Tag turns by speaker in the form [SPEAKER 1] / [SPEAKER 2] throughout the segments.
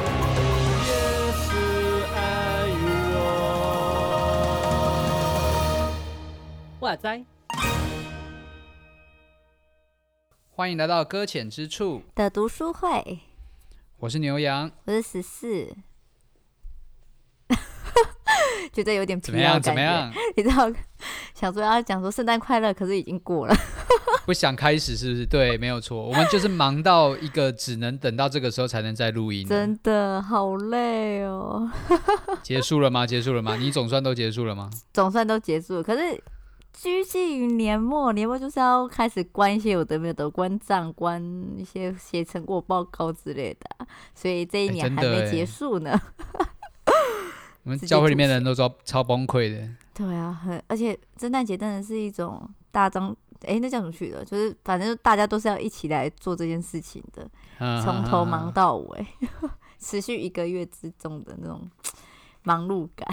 [SPEAKER 1] 也是爱我。哇塞！
[SPEAKER 2] 欢迎来到搁浅之处，
[SPEAKER 3] 的读书会，
[SPEAKER 2] 我是牛羊。
[SPEAKER 3] 我是十四， 觉得有点疲
[SPEAKER 2] 怎么
[SPEAKER 3] 劳
[SPEAKER 2] 样？
[SPEAKER 3] 感觉。
[SPEAKER 2] 怎么样？
[SPEAKER 3] 你知道，想说要讲说圣诞快乐，可是已经过了。
[SPEAKER 2] 不想开始是不是？对，没有错，我们就是忙到一个只能等到这个时候才能再录音。
[SPEAKER 3] 真的好累哦。
[SPEAKER 2] 结束了吗？结束了吗？你总算都结束了 吗？
[SPEAKER 3] 总算都结束了，可是趋近于年末，年末就是要开始关一些有的没有的，关账、关一些写成果报告之类的啊，所以这一
[SPEAKER 2] 哎
[SPEAKER 3] 年
[SPEAKER 2] 真
[SPEAKER 3] 还
[SPEAKER 2] 的
[SPEAKER 3] 没
[SPEAKER 2] 哎
[SPEAKER 3] 结束呢。
[SPEAKER 2] 我们
[SPEAKER 3] 直接
[SPEAKER 2] 教会里面的人都超超崩溃的。
[SPEAKER 3] 对啊，很而且圣诞节真的是一种大张，哎、那叫什么去的？就是反正大家都是要一起来做这件事情的，
[SPEAKER 2] 嗯
[SPEAKER 3] 从头忙
[SPEAKER 2] 嗯嗯
[SPEAKER 3] 到尾， 持续一个月之中的那种忙碌感。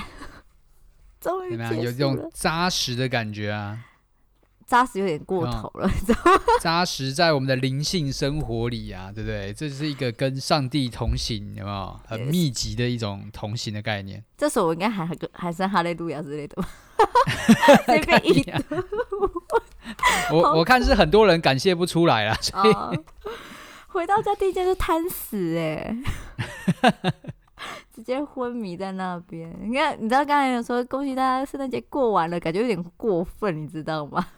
[SPEAKER 3] 终
[SPEAKER 2] 嗯
[SPEAKER 3] 于
[SPEAKER 2] 怎么样？有
[SPEAKER 3] 结
[SPEAKER 2] 这
[SPEAKER 3] 束了
[SPEAKER 2] 种，扎实的感觉啊，
[SPEAKER 3] 扎实有点过
[SPEAKER 2] 嗯
[SPEAKER 3] 头了，
[SPEAKER 2] 扎实在我们的灵性生活里啊，对不对？这是一个跟上帝同行，有没有？很
[SPEAKER 3] Yes
[SPEAKER 2] 密集的一种同行的概念。
[SPEAKER 3] 这首我应该喊个喊声哈利路亚之类的 吧，随便一
[SPEAKER 2] 呀我我看是很多人感谢不出来啦，所以
[SPEAKER 3] 哦。回到家第一件事贪死哎、 直接昏迷在那边。你看，你知道刚才有说恭喜大家圣诞节过完了，感觉有点过分，你知道吗？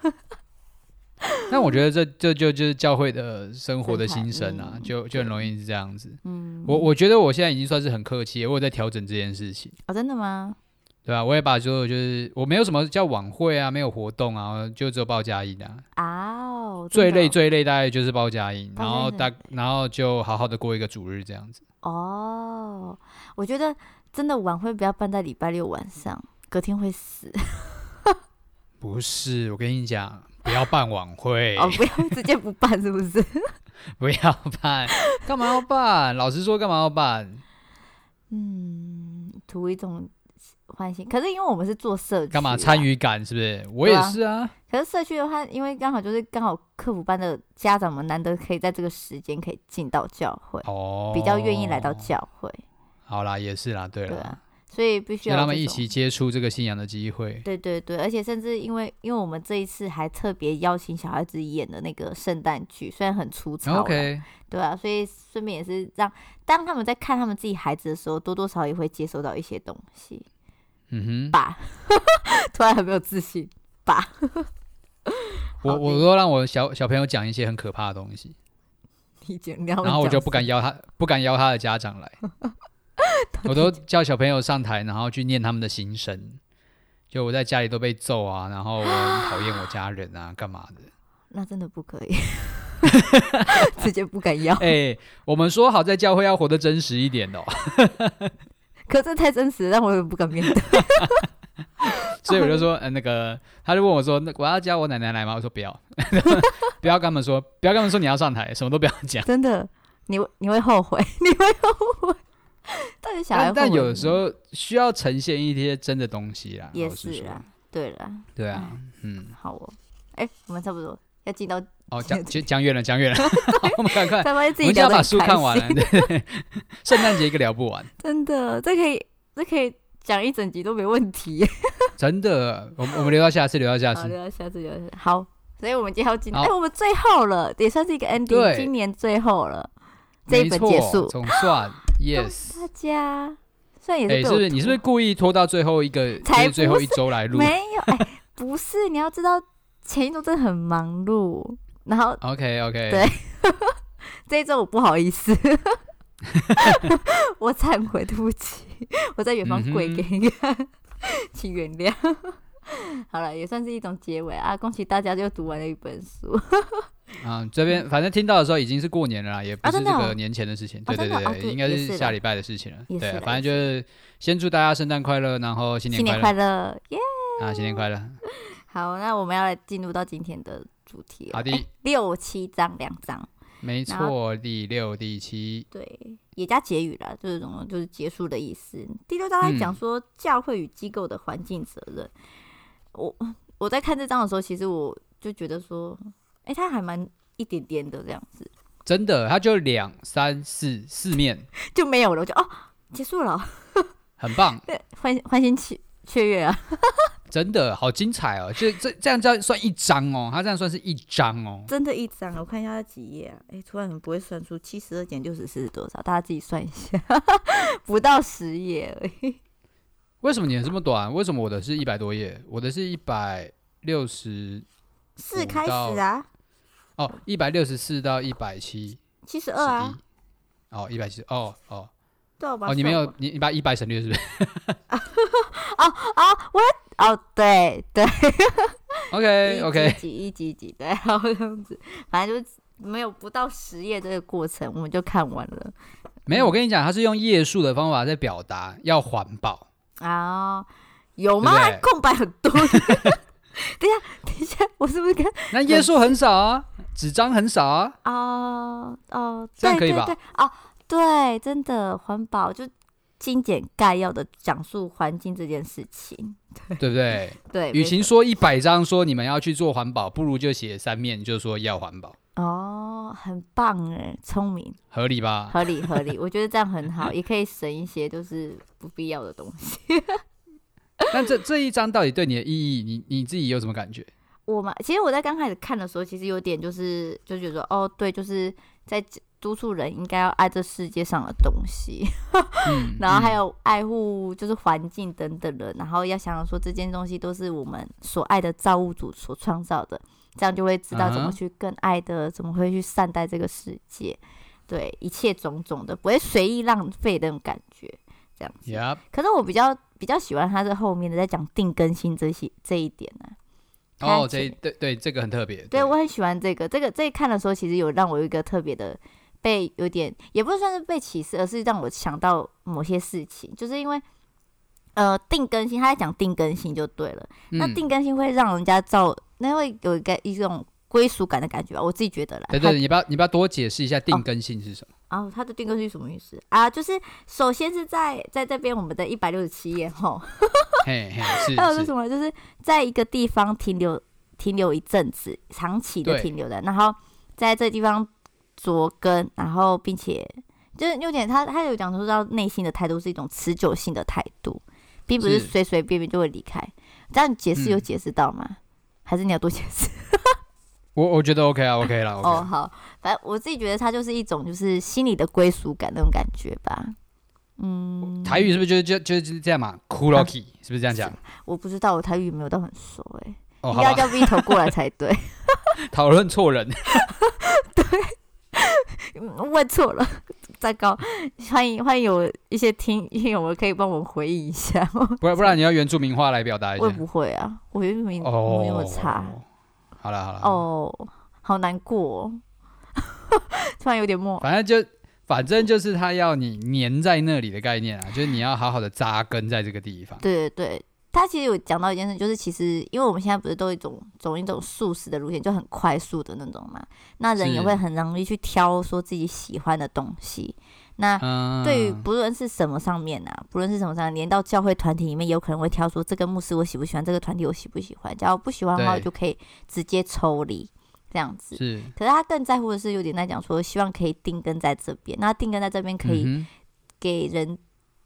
[SPEAKER 2] 但我觉得这这就就是教会的生活的
[SPEAKER 3] 生态
[SPEAKER 2] 心声啊，
[SPEAKER 3] 嗯
[SPEAKER 2] 就就很容易是这样子。
[SPEAKER 3] 嗯，
[SPEAKER 2] 我我觉得我现在已经算是很客气了，我有在调整这件事情，
[SPEAKER 3] 哦，真的吗？
[SPEAKER 2] 对吧、我也把所有就是我没有什么叫晚会啊，没有活动啊，就只有报佳音啊。
[SPEAKER 3] 啊、哦，真
[SPEAKER 2] 最
[SPEAKER 3] 的哦
[SPEAKER 2] 累最累大概就是报佳音，
[SPEAKER 3] 报
[SPEAKER 2] 然
[SPEAKER 3] 佳
[SPEAKER 2] 后
[SPEAKER 3] 音
[SPEAKER 2] 大然后就好好的过一个主日这样子。
[SPEAKER 3] 哦。我觉得真的晚会不要办在礼拜六晚上，隔天会死。
[SPEAKER 2] 不是，我跟你讲，不要办晚 会，
[SPEAKER 3] 哦，不要直接不办，是不 是？
[SPEAKER 2] 不要办，干嘛要办？老实说，干嘛要办？
[SPEAKER 3] 嗯，图一种欢欣。可是因为我们是做啊社区，
[SPEAKER 2] 干嘛参？与感是不是？我也
[SPEAKER 3] 对啊
[SPEAKER 2] 是啊，
[SPEAKER 3] 可是社区的话，因为刚好就是刚好客服班的家长们难得可以在这个时间可以进到教会，
[SPEAKER 2] 哦，
[SPEAKER 3] 比较愿意来到。教会，
[SPEAKER 2] 好啦，也是啦，对
[SPEAKER 3] 对
[SPEAKER 2] 啦
[SPEAKER 3] 啊，，所以必须
[SPEAKER 2] 就
[SPEAKER 3] 要
[SPEAKER 2] 他们
[SPEAKER 3] 这
[SPEAKER 2] 一
[SPEAKER 3] 种
[SPEAKER 2] 起。接触这个信仰的机会。
[SPEAKER 3] 对对对，而且甚至因为因为我们这一次还特别邀请小孩子演的那个圣诞剧，虽然很粗糙啦
[SPEAKER 2] 哦 OK，
[SPEAKER 3] 对啊，所以顺便也是让当他们在看他们自己孩子的时候，多多少少也会接收到一些东西。
[SPEAKER 2] 嗯哼，
[SPEAKER 3] 吧，突然很没有自信吧。
[SPEAKER 2] 我
[SPEAKER 3] 好的
[SPEAKER 2] 我都让我小小朋友讲一些很可怕的东西，
[SPEAKER 3] 你讲，然
[SPEAKER 2] 然后我就不敢邀他，不敢邀他的家长 来，我都叫小朋友上台，然后去念他们的心声。就我在家里都被揍啊，然后我很讨厌我家人啊，干嘛的？
[SPEAKER 3] 那真的不可以， 直接不敢要。
[SPEAKER 2] 哎、我们说好在教会要活得真实一点 的、哦，
[SPEAKER 3] 可这太真实了，让我也不敢面对。
[SPEAKER 2] 所以我就说，呃，那个，他就问我说，那我要叫我奶奶来吗？我说不要， 不要跟他们说，不要跟他们说你要上台，什么都不要讲。
[SPEAKER 3] 真的，你会你会后悔， 你会后悔。到底小孩
[SPEAKER 2] 但但有的
[SPEAKER 3] 时
[SPEAKER 2] 时候需要呈现一些真的东西啦，
[SPEAKER 3] 也
[SPEAKER 2] 老实
[SPEAKER 3] 是
[SPEAKER 2] 说
[SPEAKER 3] 啊，，对了，
[SPEAKER 2] 对啊，嗯，
[SPEAKER 3] 好哦。哎、我们差不多要进到，
[SPEAKER 2] 哦，讲讲讲远了，讲远了，好，我们赶快，
[SPEAKER 3] 再发现自
[SPEAKER 2] 我
[SPEAKER 3] 己
[SPEAKER 2] 们就
[SPEAKER 3] 聊
[SPEAKER 2] 要
[SPEAKER 3] 得
[SPEAKER 2] 把
[SPEAKER 3] 很
[SPEAKER 2] 书
[SPEAKER 3] 开
[SPEAKER 2] 看完
[SPEAKER 3] 心
[SPEAKER 2] 了，对， 圣诞节一个聊不完，
[SPEAKER 3] 真的，这可以这可以讲一整集都没问题。
[SPEAKER 2] 啊真的，我们我们留到下次，留到下
[SPEAKER 3] 好，
[SPEAKER 2] 次
[SPEAKER 3] 留，到下次，留到下次。好，所以我们今天要进，
[SPEAKER 2] 好
[SPEAKER 3] 哎、我们最后了，也算是一个 ending，
[SPEAKER 2] 对
[SPEAKER 3] 今年最后了。这一
[SPEAKER 2] 没
[SPEAKER 3] 本
[SPEAKER 2] 错
[SPEAKER 3] 结束
[SPEAKER 2] 总 算，yes。
[SPEAKER 3] 大家虽然也
[SPEAKER 2] 哎、
[SPEAKER 3] 是被
[SPEAKER 2] 是
[SPEAKER 3] 我
[SPEAKER 2] 不是你是不是故意拖到最后一个，就
[SPEAKER 3] 嗯才
[SPEAKER 2] 是最
[SPEAKER 3] 不
[SPEAKER 2] 后一周来
[SPEAKER 3] 吐
[SPEAKER 2] 录
[SPEAKER 3] 没有？哎、不是，你要知道前一周真的很忙碌，然后
[SPEAKER 2] ？OK OK，
[SPEAKER 3] 对这一周我不好意思， 我忏悔，对不起，我在远
[SPEAKER 2] 嗯
[SPEAKER 3] 方跪给你 看，请原谅。好了，也算是一种结尾啊！恭喜大家又读完了一本书
[SPEAKER 2] 啊，这边反正听到的时候已经是过年了啦，也不
[SPEAKER 3] 嗯啊
[SPEAKER 2] 是
[SPEAKER 3] 真的
[SPEAKER 2] 这
[SPEAKER 3] 哦
[SPEAKER 2] 个年前的事情，对对
[SPEAKER 3] 真的
[SPEAKER 2] 对
[SPEAKER 3] 哦对
[SPEAKER 2] 应该
[SPEAKER 3] 也
[SPEAKER 2] 是
[SPEAKER 3] 是
[SPEAKER 2] 下
[SPEAKER 3] 啦
[SPEAKER 2] 礼拜的事情了。
[SPEAKER 3] 也
[SPEAKER 2] 对
[SPEAKER 3] 是
[SPEAKER 2] 啊，
[SPEAKER 3] 啦
[SPEAKER 2] 反正
[SPEAKER 3] 也
[SPEAKER 2] 就是先祝大家圣诞快乐，然后新年
[SPEAKER 3] 新
[SPEAKER 2] 快
[SPEAKER 3] 年
[SPEAKER 2] 乐，
[SPEAKER 3] 快乐，耶！
[SPEAKER 2] 啊，新年快乐。
[SPEAKER 3] 好，那我们要来进入到今天的主题了。
[SPEAKER 2] 好的
[SPEAKER 3] 哎六七章两章，
[SPEAKER 2] 没
[SPEAKER 3] 然后
[SPEAKER 2] 错，第六、第七，
[SPEAKER 3] 对，也加结语啦，就是总就是结束的意思。第六章在讲
[SPEAKER 2] 嗯
[SPEAKER 3] 说教会与机构的环境责任。我我在看这张的时候，其实我就觉得说，哎、它还蛮一点点的这样子，
[SPEAKER 2] 真的，它就两三四四面，
[SPEAKER 3] 就没有了，我就哦，结束了，
[SPEAKER 2] 很棒，
[SPEAKER 3] 欢欢欣雀雀跃啊！
[SPEAKER 2] 真的好精彩哦！就这这样叫算一张哦，它这样算是一张哦。
[SPEAKER 3] 真的一张，我看一下它几页啊？哎、突然很不会算数，七十二减六十四是多少？大家自己算一下， 不到十页而已。
[SPEAKER 2] 为什么你的这么短？啊为什么我的是一百多页？我的是一百六十
[SPEAKER 3] 四开始啊，
[SPEAKER 2] 哦，一百六十四到一百七
[SPEAKER 3] 七十
[SPEAKER 2] 十
[SPEAKER 3] 二啊，
[SPEAKER 2] 一，哦，一百七哦哦
[SPEAKER 3] 对我把它
[SPEAKER 2] 哦，你没
[SPEAKER 3] 算
[SPEAKER 2] 有
[SPEAKER 3] 完
[SPEAKER 2] 你你把一百省略是不 是
[SPEAKER 3] 啊？我哦，对对
[SPEAKER 2] ？OK
[SPEAKER 3] 一
[SPEAKER 2] OK，
[SPEAKER 3] 集一集一集，对， 然后这样子，反正就是没有不到十页这个过程，我们就看完了。
[SPEAKER 2] 没有，我跟你讲，它是用页数的方法在表达要环 保。
[SPEAKER 3] 啊，有吗？
[SPEAKER 2] 对不对
[SPEAKER 3] 空白很多。等一 下，等一下，我是不是跟
[SPEAKER 2] 那页数很少啊，纸张很少 啊，
[SPEAKER 3] 哦哦，
[SPEAKER 2] 这样
[SPEAKER 3] 对
[SPEAKER 2] 可以
[SPEAKER 3] 对
[SPEAKER 2] 吧
[SPEAKER 3] 对，哦，对，真的环保就精简概要的讲述环境这件事情。
[SPEAKER 2] 对不对？
[SPEAKER 3] 对，
[SPEAKER 2] 与
[SPEAKER 3] 没
[SPEAKER 2] 其
[SPEAKER 3] 错
[SPEAKER 2] 说一百张说你们要去做环保，不如就写三面就说要环保，
[SPEAKER 3] 哦，很棒哎，聪明，
[SPEAKER 2] 合理吧？
[SPEAKER 3] 合理合理，我觉得这样很 好，也可以省一些就是不必要的东西。
[SPEAKER 2] 但这这一张到底对你的意义，你你自己有什么 感觉？
[SPEAKER 3] 我嘛，其实我在刚开始看的时候，其实有点就是就觉得哦，对，就是在督促人应该要爱这世界上的东西，
[SPEAKER 2] 嗯
[SPEAKER 3] 然后还
[SPEAKER 2] 嗯
[SPEAKER 3] 有爱护就是环境等等的，然后要想想说这件东西都是我们所爱的造物主所创造的，这样就会知道怎
[SPEAKER 2] 啊
[SPEAKER 3] 么
[SPEAKER 2] 哈
[SPEAKER 3] 去更爱的，怎么会去善待这个世界，对一切种种的，不会随意浪费的那种感觉，这样子。
[SPEAKER 2] Yep
[SPEAKER 3] 可是我比较比较喜欢他这后面的在讲定更新这些这一点啊呢、
[SPEAKER 2] 哦，
[SPEAKER 3] 看起
[SPEAKER 2] 这一对对，这个很特别。
[SPEAKER 3] 对我很喜欢这个，这个这一看的时候，其实有让我有一个特别的被有点，也不是算是被启示，而是让我想到某些事情，就是因为呃定更新，他在讲定更新就对了。那
[SPEAKER 2] 嗯
[SPEAKER 3] 定更新会让人家造，那会有一个一种归属感的感觉吧，我自己觉得啦。
[SPEAKER 2] 对
[SPEAKER 3] 它
[SPEAKER 2] 对，你不要你不要多解释一下
[SPEAKER 3] 哦
[SPEAKER 2] 定更性是 什么？
[SPEAKER 3] 啊，它的定更是什么意思啊？就是首先是在在这边我们的一百六十七页吼，
[SPEAKER 2] 嘿嘿，
[SPEAKER 3] 还有是
[SPEAKER 2] 是是
[SPEAKER 3] 什么？就是在一个地方停留停留一阵子，长期的
[SPEAKER 2] 对
[SPEAKER 3] 停留的，然后在这地方着根，然后并且就是有点他他有讲说到内心的态度是一种持久性的态度，并不是
[SPEAKER 2] 是
[SPEAKER 3] 随随便便就会离开。这样解释有
[SPEAKER 2] 嗯
[SPEAKER 3] 解释到吗？还是你要多解释？
[SPEAKER 2] 我我觉得 OK 啊，OK 啦
[SPEAKER 3] 哦，
[SPEAKER 2] ，OK。
[SPEAKER 3] 好，反正我自己觉得它就是一种就是心里的归属感那种感觉吧。嗯，
[SPEAKER 2] 台语是不是就就就是这样嘛？Kuroki 是不是这样讲？
[SPEAKER 3] 我不知道，我台语没有到很熟哎、
[SPEAKER 2] 哦，
[SPEAKER 3] 应
[SPEAKER 2] 好
[SPEAKER 3] 该要
[SPEAKER 2] 吧，
[SPEAKER 3] 叫 Vito 过来才对，
[SPEAKER 2] 讨论错人。
[SPEAKER 3] 嗯问错了，糟糕！欢迎欢迎有一些听友们可以帮我们回忆一下，
[SPEAKER 2] 不然不然你要原住民话来表达一下
[SPEAKER 3] 我也。不会啊，我原本没
[SPEAKER 2] 哦，
[SPEAKER 3] 没有差
[SPEAKER 2] 好了好了，
[SPEAKER 3] 哦，好难过、哦， 突然有点默
[SPEAKER 2] 反正就反正就是他要你粘在那里的概念啊，就是你要好好的扎根在这个地方。
[SPEAKER 3] 对对对，他其实有讲到一件事，就是其实因为我们现在不是都有一种走一种素食的路线，就很快速的那种嘛，那人也
[SPEAKER 2] 是
[SPEAKER 3] 会很容易去挑说自己喜欢的东西。那
[SPEAKER 2] 嗯，
[SPEAKER 3] 啊对于不论是什么上面啊，不论是什么上面，连到教会团体里面，有可能会挑说这个牧师我喜不喜欢，这个团体我喜不喜欢。只要不喜欢的话，
[SPEAKER 2] 对
[SPEAKER 3] 我就可以直接抽离这样子。
[SPEAKER 2] 是
[SPEAKER 3] 可是他更在乎的是，有点在讲说，希望可以定根在这边。那定根在这边可以
[SPEAKER 2] 嗯
[SPEAKER 3] 给人、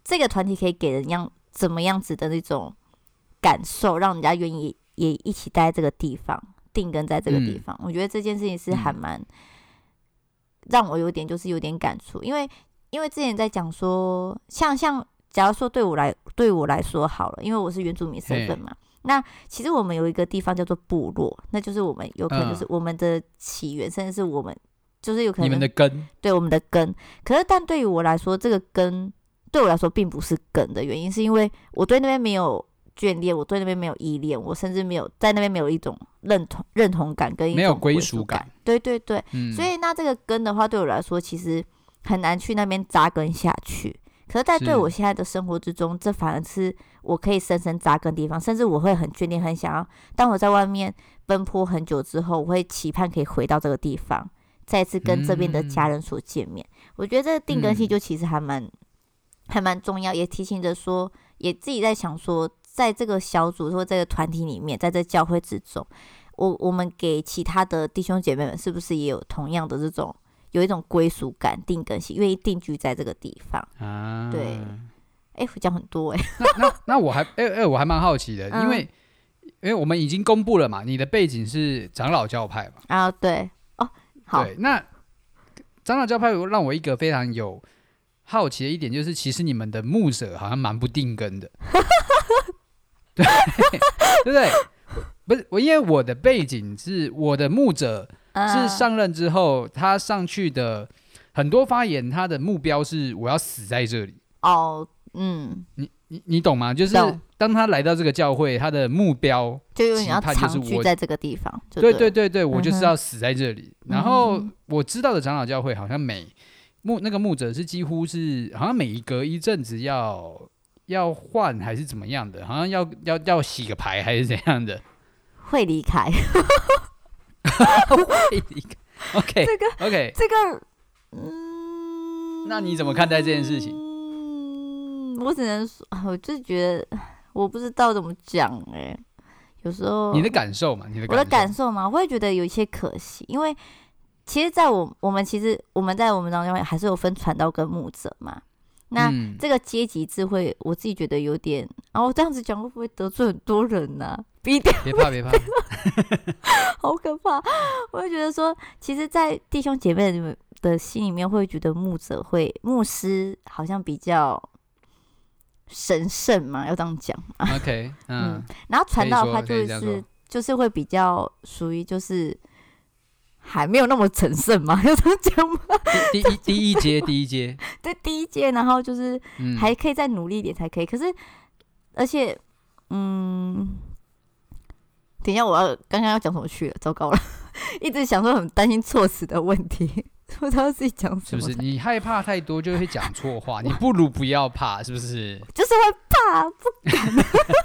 [SPEAKER 3] 这个团体可以给人样怎么样子的那种感受，让人家愿意也一起待在这个地方，定根在这个地
[SPEAKER 2] 嗯
[SPEAKER 3] 方。我觉得这件事情是还
[SPEAKER 2] 嗯
[SPEAKER 3] 蛮、让我有点就是有点感触，因为因为之前在讲说，像像假如说对我来对我来说好了，因为我是原住民身份
[SPEAKER 2] 嘿
[SPEAKER 3] 嘛。那其实我们有一个地方叫做部落，那就是我们有可能就是我们的起源，甚至是我们就是有可
[SPEAKER 2] 哼，嗯你
[SPEAKER 3] 能
[SPEAKER 2] 们的根
[SPEAKER 3] 对我们的根。可是，但对于我来说，这个根对我来说并不是根的原因，是因为我对那边没有眷恋，我对那边没有依恋，我甚至没有在那边没有一种认同认同感跟一种
[SPEAKER 2] 没有
[SPEAKER 3] 归
[SPEAKER 2] 归
[SPEAKER 3] 属
[SPEAKER 2] 属
[SPEAKER 3] 感
[SPEAKER 2] 感。
[SPEAKER 3] 对对对，
[SPEAKER 2] 嗯，
[SPEAKER 3] 所以那这个根的话，对我来说其实很难去那边扎根下去。可是，在
[SPEAKER 2] 是
[SPEAKER 3] 对我现在的生活之中，这反而是我可以深深扎根的地方，甚至我会很眷恋，很想要。当我在外面奔波很久之后，我会期盼可以回到这个地方，再次跟这边的家人所见面。我觉得这个定根性
[SPEAKER 2] 嗯
[SPEAKER 3] 就其实还蛮、还蛮重要，也提醒着说，也自己在想说，在这个小组或这个团体里面，在这教会之中，我我们给其他的弟兄姐妹们，是不是也有同样的这种有一种归属感、定根性，愿意定居在这个地方？
[SPEAKER 2] 啊，
[SPEAKER 3] 对哎、我讲很多 哎、
[SPEAKER 2] 那那那我还哎哎，我还蛮好奇的，
[SPEAKER 3] 嗯
[SPEAKER 2] 因为因为我们已经公布了嘛，你的背景是长老教派嘛，
[SPEAKER 3] 啊，对，哦，好，
[SPEAKER 2] 对，那长老教派有让我一个非常有好奇的一点就是，其实你们的牧者好像蛮不定根的，对 对不对？不是我，因为我的背景是我的牧者
[SPEAKER 3] 嗯
[SPEAKER 2] 是上任之后，他上去的很多发言，他的目标是我要死在这里。
[SPEAKER 3] 哦，嗯，
[SPEAKER 2] 你你懂吗？就是
[SPEAKER 3] 懂
[SPEAKER 2] 当他来到这个教会，他的目标，
[SPEAKER 3] 就因为你要
[SPEAKER 2] 期盼就是
[SPEAKER 3] 长居
[SPEAKER 2] 我
[SPEAKER 3] 在这个地方，就
[SPEAKER 2] 对
[SPEAKER 3] 对
[SPEAKER 2] 对对
[SPEAKER 3] 了
[SPEAKER 2] 对，我就是
[SPEAKER 3] 嗯哼
[SPEAKER 2] 要死在这里。然后
[SPEAKER 3] 嗯
[SPEAKER 2] 我知道的长老教会好像每牧那个牧者是几乎是好像每隔一阵子要要换还是怎么样的，好像要要要洗个牌还是怎样的。
[SPEAKER 3] 会离开
[SPEAKER 2] OK
[SPEAKER 3] 这个
[SPEAKER 2] OK，
[SPEAKER 3] 这个，嗯，
[SPEAKER 2] 那你怎么看待这件事情？
[SPEAKER 3] 嗯，我只能说，我就觉得我不知道怎么讲哎、有时候
[SPEAKER 2] 你的感受嘛，你的
[SPEAKER 3] 哦我的
[SPEAKER 2] 感
[SPEAKER 3] 感
[SPEAKER 2] 受
[SPEAKER 3] 受嘛，我也觉得有一些可惜，因为其实，在我我们其实我们在我们当中还是有分传道跟牧者嘛。那、
[SPEAKER 2] 嗯
[SPEAKER 3] 这个阶级智慧，我自己觉得有点啊，我这样子讲会不会得罪很多人啊 呢、逼掉
[SPEAKER 2] 别怕别 怕，
[SPEAKER 3] 好可怕！ 我会觉得说，其实，在弟兄姐妹们的心里面，会觉得牧者会牧师好像比较神圣嘛，要这样讲。
[SPEAKER 2] OK，嗯
[SPEAKER 3] 嗯，然后传道
[SPEAKER 2] 可以说
[SPEAKER 3] 的话
[SPEAKER 2] 可以
[SPEAKER 3] 就
[SPEAKER 2] 这样
[SPEAKER 3] 是
[SPEAKER 2] 说
[SPEAKER 3] 就是会比较属于就是还没有那么神圣嘛， 有这么讲吗？
[SPEAKER 2] 第第一第一阶第一阶，
[SPEAKER 3] 对，第一届，然后就是
[SPEAKER 2] 嗯，
[SPEAKER 3] 还可以再努力一点才可以。可是，而且，嗯，等一下，我要刚刚要讲什么去了？糟糕了， 一直想说很担心措辞的问题， 不知道自己讲
[SPEAKER 2] 是
[SPEAKER 3] 什
[SPEAKER 2] 不
[SPEAKER 3] 么，
[SPEAKER 2] 是？你害怕太多就会讲错话，你不如不要怕，是不是？
[SPEAKER 3] 就是会怕，不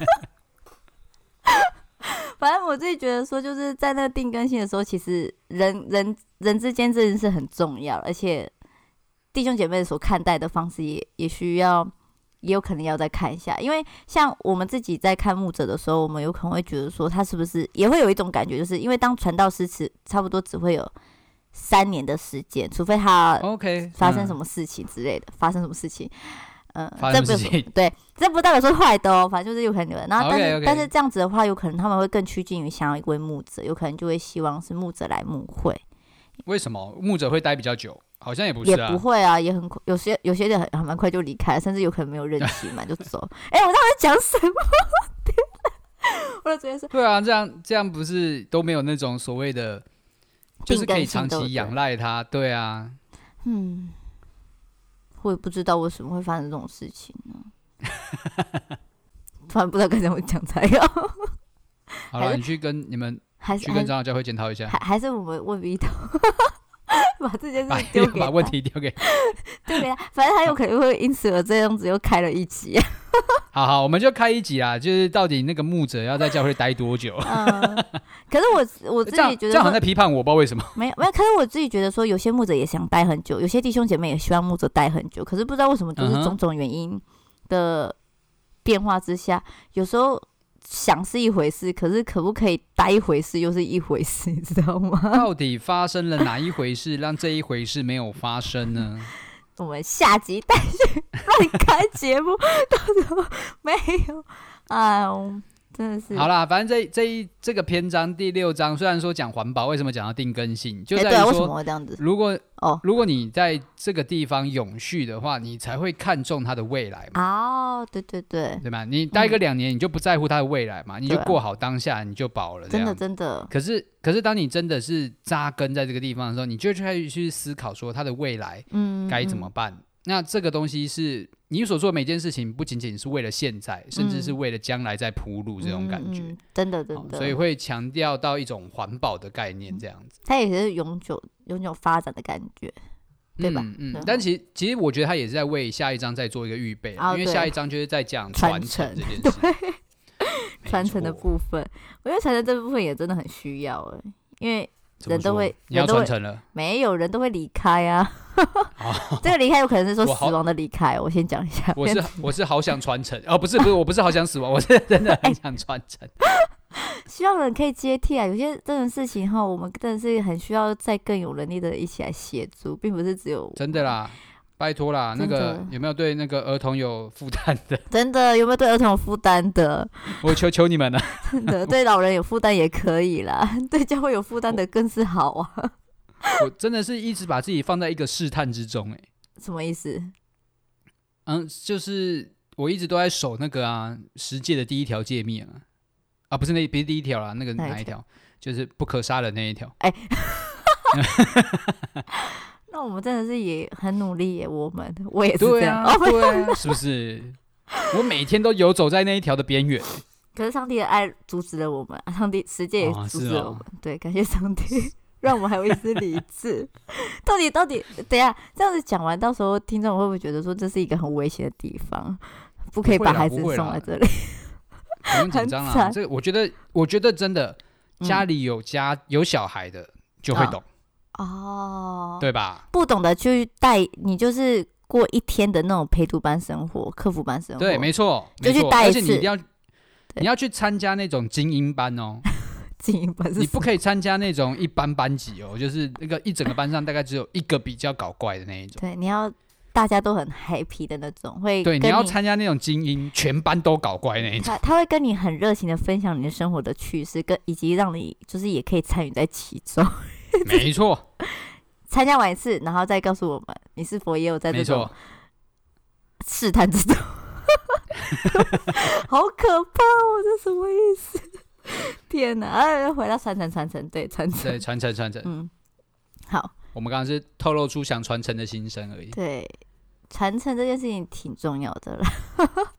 [SPEAKER 3] 敢。 反正我自己觉得说，就是在那个定更性的时候，其实人人人之间真的是很重要，而且弟兄姐妹所看待的方式也也需要，也有可能要再看一下，因为像我们自己在看牧者的时候，我们有可能会觉得说，他是不是也会有一种感觉，就是因为当传道师只差不多只会有三年的时间，除非他
[SPEAKER 2] OK，
[SPEAKER 3] 呃发生
[SPEAKER 2] 嗯
[SPEAKER 3] 什么事情之类的，发生什么事情，嗯、
[SPEAKER 2] 发
[SPEAKER 3] 这
[SPEAKER 2] 生
[SPEAKER 3] 不
[SPEAKER 2] 什么事情
[SPEAKER 3] 对，这不代表说是坏的哦，反正就是有可能有人。然后，但是
[SPEAKER 2] OK，OK
[SPEAKER 3] 但是这样子的话，有可能他们会更趋近于想要一位牧者，有可能就会希望是牧者来牧会，
[SPEAKER 2] 为什么牧者会待比较久？好像也不
[SPEAKER 3] 也
[SPEAKER 2] 是啊，
[SPEAKER 3] 不会啊，也很有些有些人很蛮快就离开了，甚至有可能没有任期 嘛就走。哎、我到底在讲什么？ 天哪我的嘴是
[SPEAKER 2] 对啊，这样这样不是都没有那种所谓的，就是可以长期仰赖他。对啊，
[SPEAKER 3] 嗯，我也不知道为什么会发生这种事情呢。 突然不知道该怎么讲才好，
[SPEAKER 2] 好了，
[SPEAKER 3] 还是
[SPEAKER 2] 你去跟你们
[SPEAKER 3] 还是
[SPEAKER 2] 去
[SPEAKER 3] 还
[SPEAKER 2] 跟
[SPEAKER 3] 是
[SPEAKER 2] 长老教会检讨一下
[SPEAKER 3] 还，还是我们问 Vito，把这件
[SPEAKER 2] 把
[SPEAKER 3] 事 丢给
[SPEAKER 2] 把
[SPEAKER 3] 他，
[SPEAKER 2] 问题丢给。
[SPEAKER 3] 丢给他，反正他有可能会因此而这样子又开了一 集。
[SPEAKER 2] 好好，我们就开一集啊，就是到底那个牧者要在教会待多久？
[SPEAKER 3] 嗯，可是我我自
[SPEAKER 2] 这样
[SPEAKER 3] 己觉
[SPEAKER 2] 这
[SPEAKER 3] 得
[SPEAKER 2] 样好像在
[SPEAKER 3] 说
[SPEAKER 2] 批判我，不知道为什么。
[SPEAKER 3] 没有没有，可是我自己觉得说有些牧者也想待很久，有些弟兄姐妹也希望牧者待很久，可是不知道为什么就
[SPEAKER 2] 嗯
[SPEAKER 3] 是
[SPEAKER 2] 哼
[SPEAKER 3] 种种原因的变化之下，有时候。想是一回事，可是可不可以待一回事又是一回事，你知道吗？
[SPEAKER 2] 到底发生了哪一回事，让这一回事没有发生呢？
[SPEAKER 3] 我们下集待续乱开节目，到时候没有，哎呦，真的是
[SPEAKER 2] 好啦，反正这这一这个篇章第六章，虽然说讲环保，为什么讲到定根性，就
[SPEAKER 3] 哎
[SPEAKER 2] 在
[SPEAKER 3] 对啊，
[SPEAKER 2] 于
[SPEAKER 3] 为什么
[SPEAKER 2] 说，
[SPEAKER 3] 会这样子？
[SPEAKER 2] 如果
[SPEAKER 3] 哦，
[SPEAKER 2] 如果你在这个地方永续的话，你才会看重它的未来嘛，
[SPEAKER 3] 哦，对对对，
[SPEAKER 2] 对吧？你待个两年，你就不在乎它的未来嘛，你就
[SPEAKER 3] 对啊
[SPEAKER 2] 过好当下，你就饱了。这
[SPEAKER 3] 真的
[SPEAKER 2] 样。
[SPEAKER 3] 真的，
[SPEAKER 2] 可是，可是当你真的是扎根在这个地方的时候，你就开始去思考说它的未来
[SPEAKER 3] 嗯，
[SPEAKER 2] 该怎么
[SPEAKER 3] 嗯？
[SPEAKER 2] 办。那这个东西是你所做每件事情，不仅仅是为了现在，甚至是为了将来在铺路这种感觉。
[SPEAKER 3] 嗯嗯嗯真的
[SPEAKER 2] 好
[SPEAKER 3] 真的，
[SPEAKER 2] 所以会强调到一种环保的概念，这样子，
[SPEAKER 3] 它也是永久永久发展的感觉，对吧
[SPEAKER 2] 嗯
[SPEAKER 3] 对
[SPEAKER 2] 嗯，但其实其实我觉得他也是在为下一章再做一个预备啦，
[SPEAKER 3] 哦
[SPEAKER 2] 因为
[SPEAKER 3] 对
[SPEAKER 2] 下一章就是在讲
[SPEAKER 3] 传
[SPEAKER 2] 承
[SPEAKER 3] 承
[SPEAKER 2] 这件事。没
[SPEAKER 3] 传承的
[SPEAKER 2] 错
[SPEAKER 3] 部分，我觉得传承这部分也真的很需要哎、因为
[SPEAKER 2] 怎么
[SPEAKER 3] 人都
[SPEAKER 2] 说
[SPEAKER 3] 会
[SPEAKER 2] 你要
[SPEAKER 3] 人都会
[SPEAKER 2] 传承了。
[SPEAKER 3] 没有人都会离开啊。
[SPEAKER 2] 好
[SPEAKER 3] 这个离开有可能是说
[SPEAKER 2] 哦我好
[SPEAKER 3] 死亡的离开，我先讲一下。
[SPEAKER 2] 我是我是好想传承哦，不是不是，我不是好想死亡， 我是真的很想传承。
[SPEAKER 3] 哎希望有人可以接替啊，有些这种事情哈，我们真的是很需要再更有能力的一起来协助，并不是只有我
[SPEAKER 2] 真的。啦，拜托啦，那
[SPEAKER 3] 真的
[SPEAKER 2] 个有没有对那个儿童有负担的？
[SPEAKER 3] 真的有没有对儿童有负担的？
[SPEAKER 2] 我求求你们了，
[SPEAKER 3] 真的对老人有负担也可以啦， 对教会有负担的更是好啊。
[SPEAKER 2] 我真的是一直把自己放在一个试探之中、欸，哎，
[SPEAKER 3] 什么意思？
[SPEAKER 2] 嗯，就是我一直都在守那个啊十戒的第一条诫命啊，啊不是那不是第一条啦，那个
[SPEAKER 3] 哪一
[SPEAKER 2] 哪一条？就是不可杀人那一条。
[SPEAKER 3] 那我们真的是也很努力耶，我们我也是这
[SPEAKER 2] 对
[SPEAKER 3] 样。
[SPEAKER 2] 啊，
[SPEAKER 3] 哦，
[SPEAKER 2] 对啊，是不是？我每天都游走在那一条的边缘。
[SPEAKER 3] 可是上帝的爱阻止了我们， 啊上帝世界也
[SPEAKER 2] 哦
[SPEAKER 3] 阻
[SPEAKER 2] 是
[SPEAKER 3] 止了
[SPEAKER 2] 哦
[SPEAKER 3] 我们。对，感谢上帝， 让我们还有一丝理智。 到底到底，等一下这样子讲完，到时候听众会不会觉得说这是一个很危险的地方，不可以
[SPEAKER 2] 不会
[SPEAKER 3] 把
[SPEAKER 2] 啦
[SPEAKER 3] 孩
[SPEAKER 2] 不
[SPEAKER 3] 子
[SPEAKER 2] 会
[SPEAKER 3] 送
[SPEAKER 2] 啦
[SPEAKER 3] 来这里？
[SPEAKER 2] 不用紧
[SPEAKER 3] 很
[SPEAKER 2] 张啦，
[SPEAKER 3] 惨
[SPEAKER 2] 这个我觉得，我觉得真的，
[SPEAKER 3] 嗯
[SPEAKER 2] 家里有家、有小孩的就会
[SPEAKER 3] 啊
[SPEAKER 2] 懂，
[SPEAKER 3] 哦，
[SPEAKER 2] 对吧？
[SPEAKER 3] 不懂得去带，你就是过一天的那种陪读班生活、客服班生活。
[SPEAKER 2] 对，没错，
[SPEAKER 3] 哦就
[SPEAKER 2] 没
[SPEAKER 3] 去
[SPEAKER 2] 错，
[SPEAKER 3] 带一
[SPEAKER 2] 而且你
[SPEAKER 3] 次
[SPEAKER 2] 一定要，你要去参加那种精英班 哦，
[SPEAKER 3] 精英班是
[SPEAKER 2] 你不
[SPEAKER 3] 什
[SPEAKER 2] 可以参加那种一般班级哦，就是那个一整个班上大概只有一个比较搞怪的那一种。
[SPEAKER 3] 对，你要大家都很 happy 的那种，会
[SPEAKER 2] 对，
[SPEAKER 3] 跟
[SPEAKER 2] 你
[SPEAKER 3] 你
[SPEAKER 2] 要参加那种精英，全班都搞怪 那一种。
[SPEAKER 3] 他他会跟你很热情的分享你的生活的趣事，跟以及让你就是也可以参与在其中。
[SPEAKER 2] 没错，
[SPEAKER 3] 参加完一次，然后再告诉我们你是否也有在这
[SPEAKER 2] 没
[SPEAKER 3] 种
[SPEAKER 2] 错，
[SPEAKER 3] 试探之中， 好可怕哦！这什么意思？ 天哪！哎，回到传承传承，对传承，
[SPEAKER 2] 对，传承传承。
[SPEAKER 3] 嗯，好，
[SPEAKER 2] 我们刚刚是透露出想传承的心声而已。
[SPEAKER 3] 对传承这件事情挺重要的啦。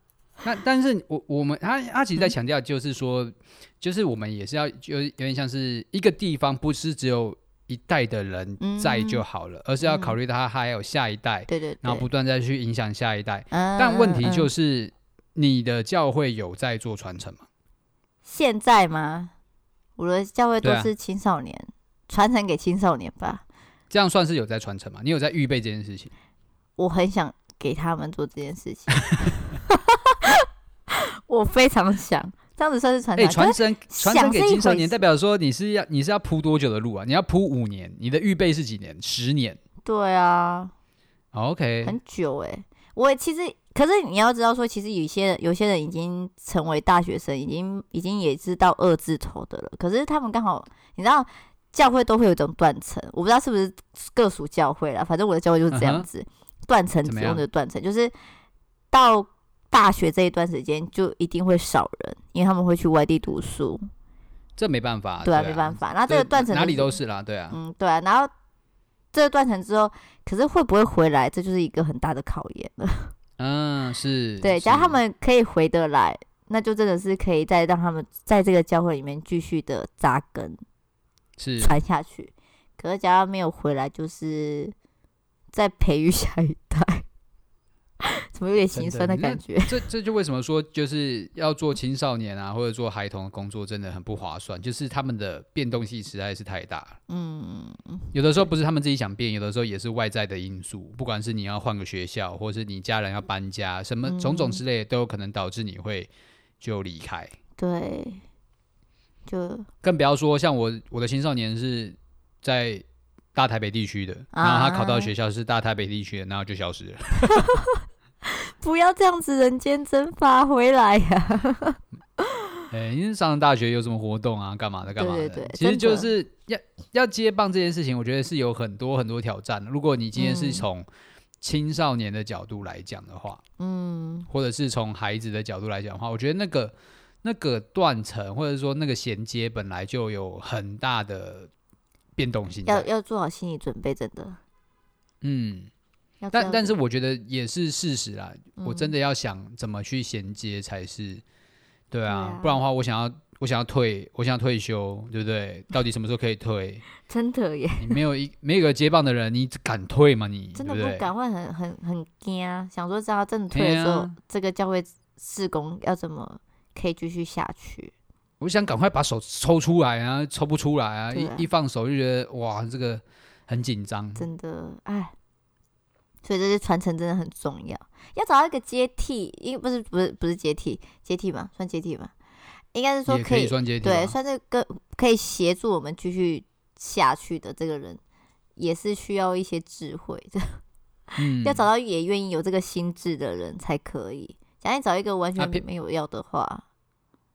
[SPEAKER 2] 那但是我我们他他其实在
[SPEAKER 3] 嗯
[SPEAKER 2] 强调就是说，就是我们也是要有有点像是一个地方，不是只有一代的人在就好
[SPEAKER 3] 嗯
[SPEAKER 2] 了，而是要考虑到他还有下一代，
[SPEAKER 3] 对对对，
[SPEAKER 2] 然后不断再去影响下一代。
[SPEAKER 3] 嗯，
[SPEAKER 2] 但问题
[SPEAKER 3] 嗯
[SPEAKER 2] 就
[SPEAKER 3] 嗯
[SPEAKER 2] 是，你的教会有在做传承吗？
[SPEAKER 3] 现在吗？我的教会都
[SPEAKER 2] 对啊
[SPEAKER 3] 是青少年，传承给青少年吧。
[SPEAKER 2] 这样算是有在传承吗？你有在预备这件事情？
[SPEAKER 3] 我很想给他们做这件事情， 我非常想，这样子算是传
[SPEAKER 2] 哎、
[SPEAKER 3] 达。
[SPEAKER 2] 传
[SPEAKER 3] 可是
[SPEAKER 2] 承
[SPEAKER 3] 想
[SPEAKER 2] 传承给
[SPEAKER 3] 是一
[SPEAKER 2] 青少
[SPEAKER 3] 回
[SPEAKER 2] 年，
[SPEAKER 3] 事
[SPEAKER 2] 代表说你是要你是要铺多久的路啊？你要铺五年，你的预备是几年？十年哦
[SPEAKER 3] 对啊，
[SPEAKER 2] ？OK，
[SPEAKER 3] 很久哎、我其实，可是你要知道说，其实有些人，有些人已经成为大学生，已经呃已经也是到二字头的了。可是他们刚好，你知道，教会都会有一种断层，我不知道是不是各属教会啦，反正我的教会就是这
[SPEAKER 2] 嗯
[SPEAKER 3] 样
[SPEAKER 2] 哼
[SPEAKER 3] 子，断层
[SPEAKER 2] 怎么
[SPEAKER 3] 之中
[SPEAKER 2] 样
[SPEAKER 3] 的断层，就是到大学这一段时间就一定会少人，因为他们会去外地读书，
[SPEAKER 2] 这没办法，
[SPEAKER 3] 对啊，没办法。那这个断层
[SPEAKER 2] 哪
[SPEAKER 3] 就
[SPEAKER 2] 里
[SPEAKER 3] 是
[SPEAKER 2] 都是啦，对啊，
[SPEAKER 3] 嗯，对啊，然后这个断层之后，可是会不会回来，这就是一个很大的考验了。
[SPEAKER 2] 嗯，是，
[SPEAKER 3] 对，只要
[SPEAKER 2] 是
[SPEAKER 3] 他们可以回得来，那就真的是可以再让他们在这个教会里面继续的扎根
[SPEAKER 2] 是
[SPEAKER 3] 传下去。可是，只要没有回来，就是 在培育下一代， 怎么有点心
[SPEAKER 2] 真的
[SPEAKER 3] 酸的
[SPEAKER 2] 那
[SPEAKER 3] 感觉？
[SPEAKER 2] 这这就为什么说就是要做青少年啊，或者做孩童的工作真的很不划算，就是他们的变动性实在是太大了。
[SPEAKER 3] 嗯，
[SPEAKER 2] 有的时候不是他们自己想变，有的时候也是外在的因素，不管是你要换个学校，或是你家人要搬家，什
[SPEAKER 3] 嗯
[SPEAKER 2] 么种种之类的，都有可能导致你会就离开。
[SPEAKER 3] 对，就
[SPEAKER 2] 更不要说像我我的青少年是在大台北地区的，然后他考到
[SPEAKER 3] 啊
[SPEAKER 2] 学校是大台北地区的，然后就消失了。
[SPEAKER 3] 不要这样子人间蒸发回来呀、
[SPEAKER 2] 哎、因为上了大学有什么活动啊，干嘛的干嘛的，
[SPEAKER 3] 对对对
[SPEAKER 2] 其实就
[SPEAKER 3] 真的
[SPEAKER 2] 是要要接棒这件事情，我觉得是有很多很多挑战的。如果你今天是
[SPEAKER 3] 嗯
[SPEAKER 2] 从青少年的角度来讲的话，
[SPEAKER 3] 嗯，
[SPEAKER 2] 或者是从孩子的角度来讲的话，我觉得那个那个断层或者说那个衔接本来就有很大的变动性在。
[SPEAKER 3] 要要做好心理准备，真的。
[SPEAKER 2] 嗯，
[SPEAKER 3] 要这
[SPEAKER 2] 但
[SPEAKER 3] 样
[SPEAKER 2] 但
[SPEAKER 3] 子
[SPEAKER 2] 是我觉得也是事实啦，我真
[SPEAKER 3] 嗯
[SPEAKER 2] 的要想怎么去衔接才是，对啊，
[SPEAKER 3] 啊
[SPEAKER 2] 不然的话我想要我想要退，我想要退休，对不对？到底什么时候可以退？
[SPEAKER 3] 嗯真的耶，
[SPEAKER 2] 你没有一没有一个接棒的人，你敢退吗你？
[SPEAKER 3] 真的
[SPEAKER 2] 对不对
[SPEAKER 3] 不敢，会很很很惊啊！想说，这样真的
[SPEAKER 2] 哎
[SPEAKER 3] 退的时候，
[SPEAKER 2] 呀
[SPEAKER 3] 这个教会事工要怎么可以继续下去？
[SPEAKER 2] 我想赶快把手抽出来啊，抽不出来啊，
[SPEAKER 3] 对啊
[SPEAKER 2] 一一放手就觉得哇，这个很紧张。
[SPEAKER 3] 真的，哎，所以这些传承真的很重要，要找到一个阶梯，因不是不是不是阶梯，阶梯嘛，算阶梯嘛，应该是说
[SPEAKER 2] 也可
[SPEAKER 3] 以
[SPEAKER 2] 以算阶梯吧，
[SPEAKER 3] 对，算是跟可以协助我们继续下去的这个人，也是需要一些智慧的，
[SPEAKER 2] 嗯，
[SPEAKER 3] 要找到也愿意有这个心智的人才可以。假如你找一个完
[SPEAKER 2] 啊
[SPEAKER 3] 全
[SPEAKER 2] 偏
[SPEAKER 3] 没有要的话，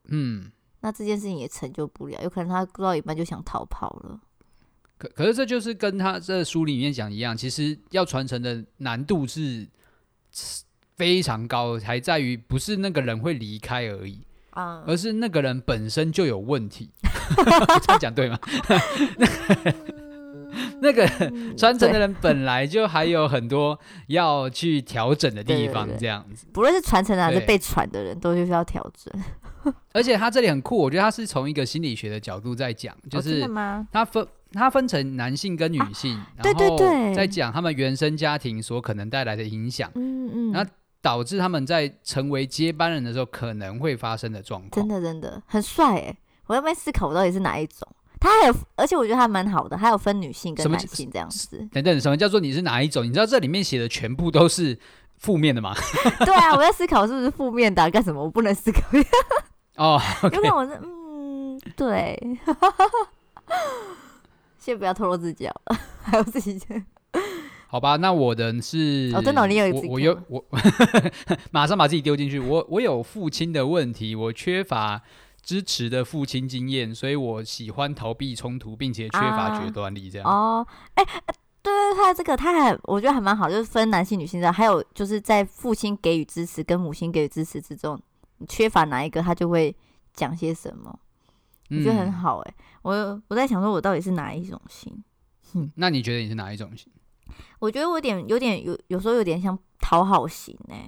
[SPEAKER 2] 嗯，
[SPEAKER 3] 那这件事情也成就不了，有可能他做到一半就想逃跑了。
[SPEAKER 2] 可可是这就是跟他这书里面讲一样，其实要传承的难度是非常高，还在于不是那个人会离开而已，
[SPEAKER 3] 啊、
[SPEAKER 2] 而是那个人本身就有问题。 这样讲对 吗？
[SPEAKER 3] 嗯
[SPEAKER 2] 那个传承的人本来就还有很多要去调整的地方
[SPEAKER 3] 对对，对
[SPEAKER 2] 这样子。
[SPEAKER 3] 不论是传承的还是
[SPEAKER 2] 对
[SPEAKER 3] 被传的人，都需要调整。
[SPEAKER 2] 而且他这里很酷，我觉得他是从一个心理学的角度在讲，就
[SPEAKER 3] 哦真
[SPEAKER 2] 是
[SPEAKER 3] 的吗？
[SPEAKER 2] 他分他分成男性跟女性，
[SPEAKER 3] 对对
[SPEAKER 2] 然
[SPEAKER 3] 对
[SPEAKER 2] 后在讲他们原生家庭所可能带来的影响，
[SPEAKER 3] 嗯嗯，
[SPEAKER 2] 那导致他们在成为接班人的时候可能会发生的状
[SPEAKER 3] 真
[SPEAKER 2] 况。
[SPEAKER 3] 的真的很帅哎！我在那边思考我到底是哪一种。他还有，而且我觉得他蛮好的，他有分女性跟
[SPEAKER 2] 什么
[SPEAKER 3] 男
[SPEAKER 2] 叫。
[SPEAKER 3] 性这样子
[SPEAKER 2] 等等，什么叫做你是哪一种？你知道这里面写的全部都是负面的吗？
[SPEAKER 3] 对啊，我在思考是不是负面的啊、干什么？我不能思考，
[SPEAKER 2] 哦，
[SPEAKER 3] 因为我是嗯， 对。先不要透露自己好了，还有自己的
[SPEAKER 2] 好吧，那我的是
[SPEAKER 3] 哦真的哦你有
[SPEAKER 2] 我
[SPEAKER 3] 自己
[SPEAKER 2] 我
[SPEAKER 3] 看
[SPEAKER 2] 有
[SPEAKER 3] 吗
[SPEAKER 2] 我 马上把自己丢进去。我我有父亲的问题，我缺乏支持的父亲经验，所以我喜欢逃避冲突，并且缺乏
[SPEAKER 3] 啊
[SPEAKER 2] 决断力。这样、
[SPEAKER 3] 哦。哎、呃对对，对他这个他还我觉得还蛮好，就是分男性女性这样，还有就是在父亲给予支持跟母亲给予支持之中，你缺乏哪一个，他就会讲些什么。我觉得很
[SPEAKER 2] 嗯。
[SPEAKER 3] 好哎、我我在想说，我到底是哪一种型？
[SPEAKER 2] 那你觉得你是哪一种型？
[SPEAKER 3] 我觉得我有点有点有有时候有点像讨好型哎、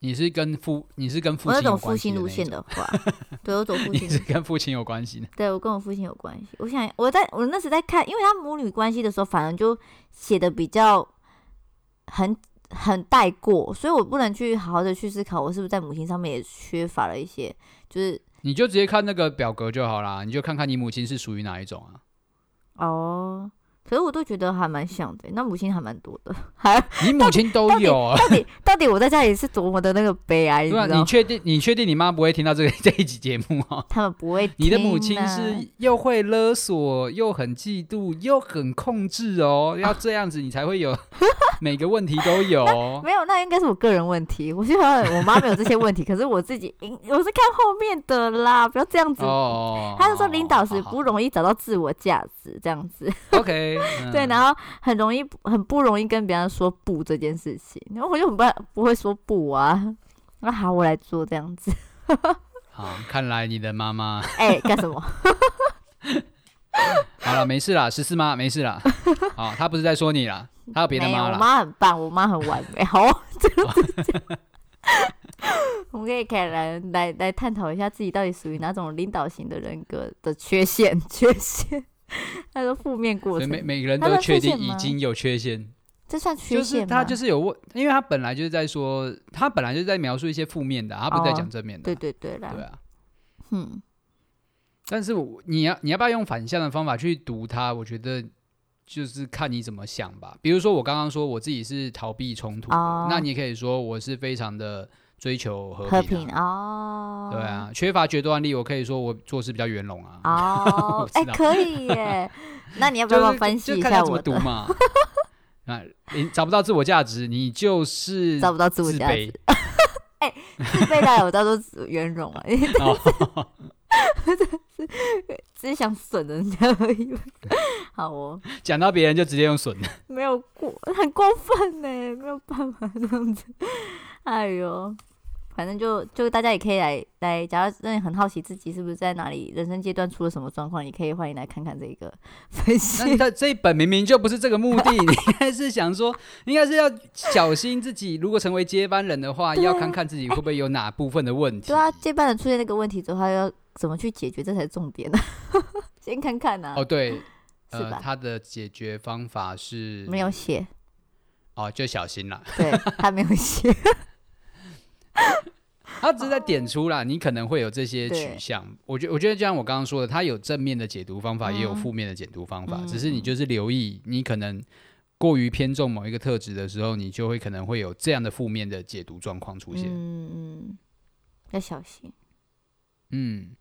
[SPEAKER 2] 你是跟父你是跟父
[SPEAKER 3] 我那
[SPEAKER 2] 亲有
[SPEAKER 3] 种
[SPEAKER 2] 关
[SPEAKER 3] 父
[SPEAKER 2] 系
[SPEAKER 3] 亲
[SPEAKER 2] 的
[SPEAKER 3] 路
[SPEAKER 2] 那一
[SPEAKER 3] 线
[SPEAKER 2] 种，
[SPEAKER 3] 的话，对我走父
[SPEAKER 2] 你
[SPEAKER 3] 亲
[SPEAKER 2] 是
[SPEAKER 3] 路，
[SPEAKER 2] 跟父亲有关系的。
[SPEAKER 3] 对我跟我父亲有关系。我想我在我那时在看，因为他母女关系的时候，反而就写的比较很很带过，所以我不能去好好的去思考，我是不是在母亲上面也缺乏了一些，就是
[SPEAKER 2] 你就直接看那个表格就好啦，你就看看你母亲是属于哪一种啊？
[SPEAKER 3] 哦。可是我都觉得还蛮像的欸，那母亲还蛮多的， 还
[SPEAKER 2] 你母亲都
[SPEAKER 3] 到底
[SPEAKER 2] 有啊，
[SPEAKER 3] 到底到底我在家里是多么的那个悲哀，你
[SPEAKER 2] 对
[SPEAKER 3] 知
[SPEAKER 2] 啊？
[SPEAKER 3] 道
[SPEAKER 2] 你
[SPEAKER 3] 吗？
[SPEAKER 2] 确定你确定你妈不会听到这个 这一集节目哦？
[SPEAKER 3] 他们不会、听
[SPEAKER 2] 你的母亲
[SPEAKER 3] 啊
[SPEAKER 2] 是又会勒索，又很嫉妒，又很控制 哦。要这样子，你才会有每个问题都有哦。
[SPEAKER 3] 没有， 那应该是我个人问题。我就想我妈没有这些问题，可是我自己， 嗯我是看后面的啦，不要这样子。
[SPEAKER 2] 哦，
[SPEAKER 3] 他就说领导时不
[SPEAKER 2] 容
[SPEAKER 3] 容易找到自我价值，这样子，
[SPEAKER 2] OK，嗯
[SPEAKER 3] 对，
[SPEAKER 2] 后
[SPEAKER 3] 然后很容易很不容易跟别人说不这件事情，然后我就很不不会说不啊，那好我来做 这样子，
[SPEAKER 2] 好，看来你的妈妈
[SPEAKER 3] 哎、干什么？
[SPEAKER 2] 好了，没事啦，十四妈没事 啦。好，她不是在说你啦，她有别的
[SPEAKER 3] 没有，
[SPEAKER 2] 妈
[SPEAKER 3] 我
[SPEAKER 2] 啦。
[SPEAKER 3] 妈很棒，我妈很完美。好，这样子讲 我们可以可以来来来探讨一下自己到底属于哪种领导型的人格的缺陷， 缺陷。他说负面过
[SPEAKER 2] 所以每
[SPEAKER 3] 程，
[SPEAKER 2] 每个人
[SPEAKER 3] 她
[SPEAKER 2] 都
[SPEAKER 3] 有
[SPEAKER 2] 确
[SPEAKER 3] 缺
[SPEAKER 2] 定
[SPEAKER 3] 陷
[SPEAKER 2] 已
[SPEAKER 3] 吗
[SPEAKER 2] 经有缺陷，
[SPEAKER 3] 这算缺
[SPEAKER 2] 就是
[SPEAKER 3] 陷
[SPEAKER 2] 她
[SPEAKER 3] 吗？
[SPEAKER 2] 就是是有问，因为她本来就是在说，她本来就是在描述一些负面的啊，她不是在
[SPEAKER 3] 哦
[SPEAKER 2] 讲正面的
[SPEAKER 3] 对
[SPEAKER 2] 啊，
[SPEAKER 3] 对对啦，
[SPEAKER 2] 对啊。
[SPEAKER 3] 嗯，
[SPEAKER 2] 但是我你要你要不要用反向的方法去读它？我觉得就是看你怎么想吧。比如说我刚刚说我自己是逃避冲突的，
[SPEAKER 3] 哦
[SPEAKER 2] 那你也可以说我是非常的追求和平、啊
[SPEAKER 3] 和平。哦，
[SPEAKER 2] 对，啊，缺乏决断力，我可以说我做事比较圆融啊。 我
[SPEAKER 3] 哦，
[SPEAKER 2] 知
[SPEAKER 3] 哎、
[SPEAKER 2] 道
[SPEAKER 3] 可 以耶。那你要不
[SPEAKER 2] 就是
[SPEAKER 3] 要分析
[SPEAKER 2] 就
[SPEAKER 3] 一
[SPEAKER 2] 看他
[SPEAKER 3] 下
[SPEAKER 2] 怎么
[SPEAKER 3] 我
[SPEAKER 2] 读
[SPEAKER 3] 的？
[SPEAKER 2] 嘛。啊，你找不到自我价值，你就是
[SPEAKER 3] 找不到自我
[SPEAKER 2] 自
[SPEAKER 3] 价值
[SPEAKER 2] 卑，
[SPEAKER 3] 自卑的我叫做圆融啊，
[SPEAKER 2] 哦。
[SPEAKER 3] 只是想损人家而已。 好哦，
[SPEAKER 2] 讲到别人就直接用损。
[SPEAKER 3] 没有过，很过分呢，没有办法这样子。 哎呦，反正就就大家也可以来来，假如真的很好奇自己是不是在哪里人生阶段出了什么状况，也可以欢迎来看看这个 分
[SPEAKER 2] 那你
[SPEAKER 3] 析。
[SPEAKER 2] 看这一本明明就不是这个 目的，你应该是想说，应该是要小心自己，如果成为接班人的话，
[SPEAKER 3] 对啊
[SPEAKER 2] 要看看自己会不会有哪部分的问题。
[SPEAKER 3] 对啊，接班人出现那个问题之后，他要怎么去解决，这才是重点呢、 先看看啊呐、
[SPEAKER 2] 哦，对，
[SPEAKER 3] 是
[SPEAKER 2] 呃，
[SPEAKER 3] 吧？
[SPEAKER 2] 他的解决方法是
[SPEAKER 3] 没有写，
[SPEAKER 2] 哦，就小心啦。
[SPEAKER 3] 对他没有写。
[SPEAKER 2] 他只是在点出啦，你可能会有这些取
[SPEAKER 3] 对嗯
[SPEAKER 2] 向。我觉我觉得就像我刚刚说的，它有正面的解读方法，也有负面的解读方法。只是你就是留意，你可能过于偏重某一个特质的时候，你就会可能会有这样的负面的解读状况出现。
[SPEAKER 3] 嗯嗯，要小心，
[SPEAKER 2] 嗯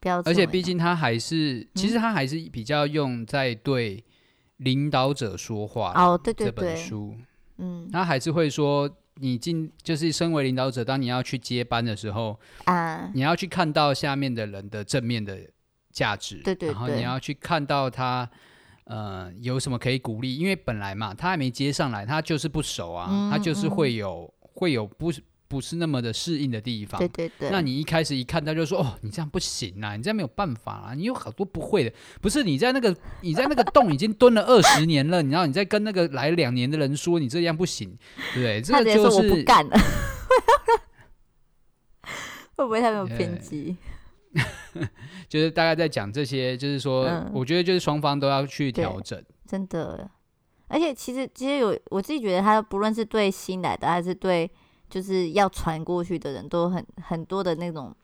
[SPEAKER 3] 不哎嗯要。
[SPEAKER 2] 而且毕，竟他还是，其实他还是比较用在对领导者说话的
[SPEAKER 3] 哦，对对
[SPEAKER 2] 这本
[SPEAKER 3] 对，
[SPEAKER 2] 书，
[SPEAKER 3] 嗯
[SPEAKER 2] 他还是会说，你进就是身为领导者，当你要去接班的时候，
[SPEAKER 3] 啊，
[SPEAKER 2] 你要去看到下面的人的正面的价值，
[SPEAKER 3] 对对
[SPEAKER 2] 然后
[SPEAKER 3] 对
[SPEAKER 2] 你要去看到他。呃，有什么可以鼓励？因为本来嘛，他还没接上来，他就是不熟啊，
[SPEAKER 3] 嗯
[SPEAKER 2] 他就是
[SPEAKER 3] 嗯
[SPEAKER 2] 会有会有不是不是那么的适应的地方。
[SPEAKER 3] 对对对，
[SPEAKER 2] 那你一开始一看，他就说：“哦，你这样不行啊，你这样没有办法啊，你有好多不会的。不是你在那个你在那个洞已经蹲了二十年了，你知道你在跟那个来两年的人说你这样不行，对不对？这
[SPEAKER 3] 他
[SPEAKER 2] 个
[SPEAKER 3] 直接说
[SPEAKER 2] 就
[SPEAKER 3] 我不
[SPEAKER 2] 是
[SPEAKER 3] 干了， 会不会他们有偏
[SPEAKER 2] 对
[SPEAKER 3] 激？
[SPEAKER 2] 就是大概在讲这些，就是说，
[SPEAKER 3] 嗯
[SPEAKER 2] 我觉得就是双方都要去
[SPEAKER 3] 对
[SPEAKER 2] 调整。
[SPEAKER 3] 真的。而且其实其实有我自己觉得，他不论是对新来的，还是对就是要传过去的人，都很很多的那种，